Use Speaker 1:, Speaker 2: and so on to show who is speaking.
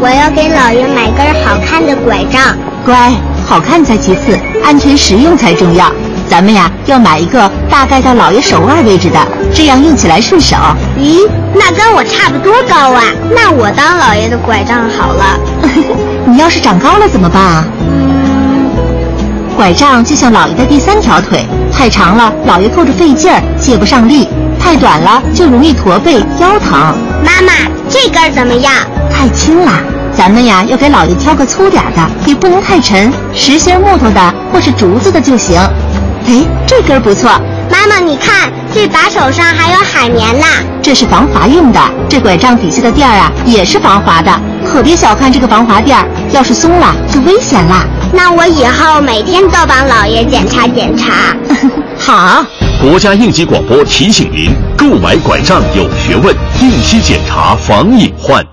Speaker 1: 我要给老爷买根好看的拐杖。
Speaker 2: 乖，好看才其次，安全实用才重要。咱们呀，要买一个大概到老爷手腕位置的，这样用起来顺手。
Speaker 1: 咦，那跟我差不多高啊，那我当老爷的拐杖好 了。
Speaker 2: 你要是长高了怎么办啊？拐杖就像老爷的第三条腿，太长了，老爷扣着费劲儿，借不上力；太短了，就容易驼背、腰疼。
Speaker 1: 妈妈，这根儿怎么样？
Speaker 2: 太轻啦，咱们呀要给老爷挑个粗点儿的，也不能太沉，实心木头的或是竹子的就行。哎，这根儿不错，
Speaker 1: 妈妈，你看这把手上还有海绵呢。
Speaker 2: 这是防滑用的。这拐杖底下的垫儿啊也是防滑的，可别小看这个防滑垫儿，要是松了就危险啦。
Speaker 1: 那我以后每天都帮老爷检查检 查。
Speaker 2: 好，
Speaker 3: 国家应急广播提醒您：购买拐杖有学问，定期检查防隐患。